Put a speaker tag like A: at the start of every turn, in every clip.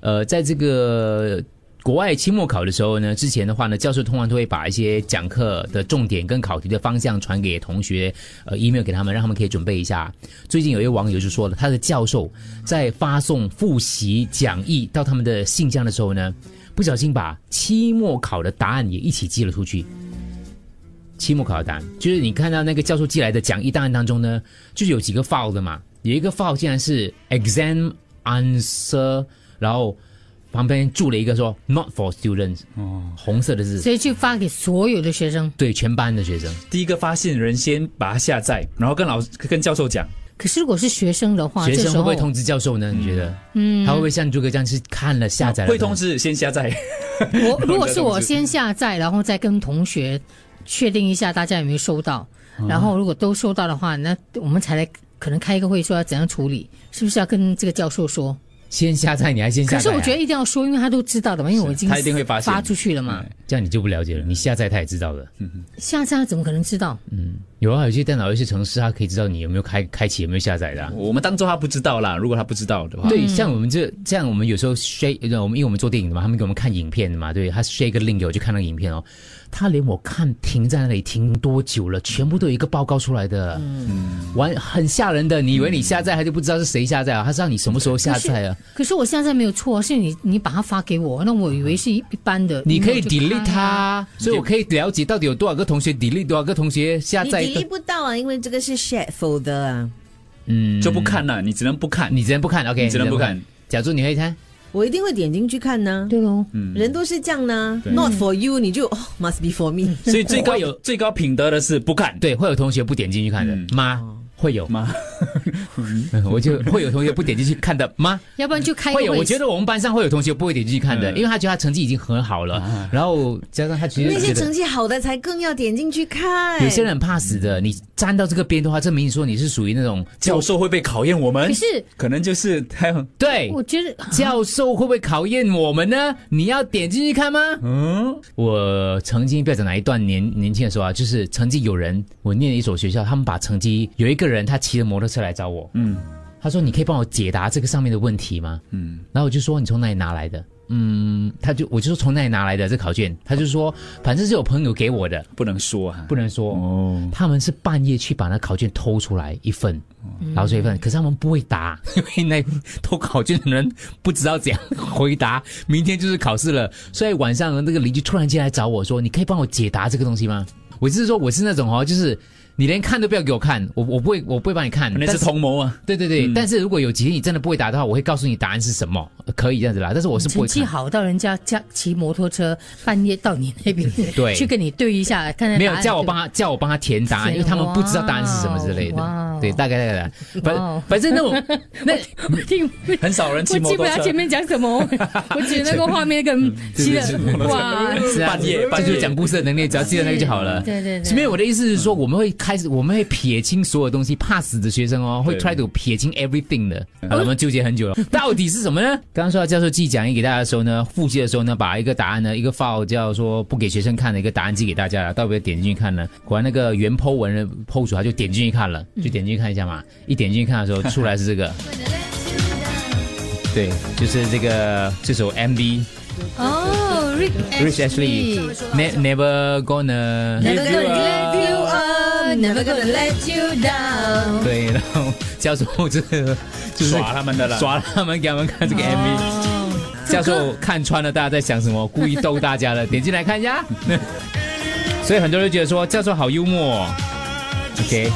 A: 呃，在这个国外期末考的时候呢，之前的话呢，教授通常都会把一些讲课的重点跟考题的方向传给同学，呃，email 给他们，让他们可以准备一下。最近有一位网友就说了，他的教授在发送复习讲义到他们的信箱的时候呢，不小心把期末考的答案也一起寄了出去。期末考的答案，就是你看到那个教授寄来的讲义档案当中呢，就是有几个 file 的嘛，有一个 file 竟然是 exam answer，然后旁边注了一个说 not for students，哦，红色的字，
B: 所以就发给所有的学生。
A: 对全班的学生，
C: 第一个发现人先把它下载，然后跟老跟教授讲，
B: 可是如果是学生的话，
A: 学
B: 这
A: 生
B: 时
A: 会
B: 候
A: 不会通知教授呢？你觉得，嗯，他会不会像朱哥这样是看了下载了？
C: 会通知先下载。
B: 我如果是
C: 通
B: 我
C: 知
B: 先下载，然后再跟同学确定一下大家有没有收到，
A: 嗯
B: 然后如果都收到的话，那我们才来可能开一个会说要怎样处理，是不是要跟这个教授说？
A: 先下载，你还先下
B: 可是
A: 载啊、
B: 我觉得一定要说，因为他都知道的嘛，因为我已经
C: 他一定会发现
B: 出去了嘛。
A: 这样你就不了解了，你下载他也知道的。
B: 下载他怎么可能知道？
A: 有啊，有些电脑、有些程式，它可以知道你有没有开开启、有没有下载的啊、
C: 我们当做他不知道啦，如果他不知道的话，
A: 对，像我们这这样，我们有时候 share，呃我们因为我们做电影的嘛，他们给我们看影片的嘛，对他 share 一个 link 给我就看那个影片哦，他连我看停在那里停多久了，全部都有一个报告出来的，嗯，完很吓人的，你以为你下载，他就不知道是谁下载啊，他知道你什么时候下载啊，
B: 可是我下载没有错，啊是你你把它发给我，那我以为是一一般的。
A: 你可以
B: 那我就
A: delete
B: 看
A: 它，
B: 啊。
A: 所以我可以了解到底有多少个同学 delete 多少个同学下
D: 你
A: 载一
D: delete
A: 个，
D: 不到啊，因为这个是 shared folder 啊。
A: 嗯，
C: 就不看了，你只能不看，
A: 你只能不看，OK，
C: 你只能不看。
A: 假如你会看，
D: 我一定会点进去看呢、
B: 对哦喽，
A: 嗯
D: 人都是这样呢、
C: 对
D: n o t for you，你就、哦 must be for me。
C: 所以最高有最高品德的是不看。
A: 对，会有同学不点进去看的
C: 嗯
A: 吗？会有，
C: 吗？
A: 我 就会有同学不点进去看的吗？
B: 要不然就开个
A: 会
B: 会。
A: 有，我觉得我们班上会有同学不会点进去看的，
C: 嗯啊
A: 因为他觉得他成绩已经很好了，然后加上他其实
D: 那些
A: 觉得
D: 成绩好的才更要点进去看。
A: 有些人很怕死的，你站到这个边的话，证明你说你是属于那种
C: 教授会被考验我们
B: 可，是
C: 可能就是 还有
A: 对。
B: 我觉得
A: 教授会不会考验我们呢？你要点进去看吗？
C: 嗯，
A: 我曾经不要讲哪一段年年轻的时候啊，就是曾经有人，我念一所学校，他们把成绩有一个人他骑着摩托车来找我，嗯，他说你可以帮我解答这个上面的问题吗？嗯，然后我就说你从哪里拿来的？嗯，他就我就说从哪里拿来的这考卷，他就说反正是有朋友给我的，
C: 不能说啊，
A: 不能说。
C: 哦，
A: 他们是半夜去把那考卷偷出来一份，然后这一份，可是他们不会答，嗯 因为那偷考卷的人不知道怎样 回答。明天就是考试了，所以晚上那个邻居突然间来找我说：“你可以帮我解答这个东西吗？”我是说，我是那种哦，就是你连看都不要给我看，我我不会，我不会帮你看。
C: 那
A: 但
C: 是同谋啊，
A: 对对对，但是如果有几天你真的不会答的话，我会告诉你答案是什么，可以这样子啦。但是我是不
B: 成
A: 会
B: 绩
A: 看。
B: 好到人家家骑摩托车半夜到你那边
A: 对
B: 去跟你对一下，看看
A: 没有
B: 答案
A: 叫我
B: 对
A: 帮他叫我帮他填答案，
B: 填
A: 因为他们不知道答案是什么之类
B: 哇哦哇
A: 的
B: 哦。
A: 对，大概大概大概，
B: 哇哦
A: 反反正那种 那
B: 不对听不
C: 很少人骑
B: 我
C: 摩
B: 记不
C: 托
B: 了
C: 车
B: 前，面讲什么， 我觉得那个画面
A: 嗯
B: 跟记得哇，
A: 是啊
C: 半夜
A: 这
C: 半
A: 就是
C: 夜
A: 讲故事的能力，只要记得那个就好了。
B: 对对对
A: 没有我的意思是说，我们会开始，我们会撇清所有东西，怕死的学生哦，会
C: 对
A: try to 撇清 everything 的。好了，我们纠结很久了，到底是什么呢？刚刚说到教授寄讲义给大家的时候呢，复习的时候呢，把一个答案呢，一个 file 叫说不给学生看的一个答案寄给大家了，到底要点进去看呢？嗯果然那个原 po 文的 po 主他就点进去看了，就点进去看一下嘛。一点进去看的时候，出来是这个， 对，就是这个这首 MV。
B: 哦，Rick
A: Rich Ashley ne- never gonna
B: Never gonna
D: Let
B: let
D: you
B: you
D: up,
B: up,
D: never
B: never
D: gonna
B: gonna
D: let
B: let you down。
A: 对，然后教授就是就是
C: 耍他们的啦，
A: 耍他们给他们看这个 MV，教授看穿了大家在想什么，故意逗大家的，点进来看一下。 所以很多人觉得说教授好幽默、哦、，OK。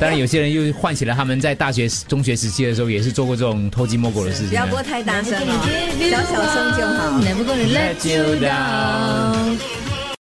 A: 当然，有些人又唤起了他们在大学、中学时期的时候，也是做过这种偷鸡摸狗的事情啊呢。
D: 不要啊
A: 啊
D: 播太大声了，小小声就好。
B: Never gonna let you down。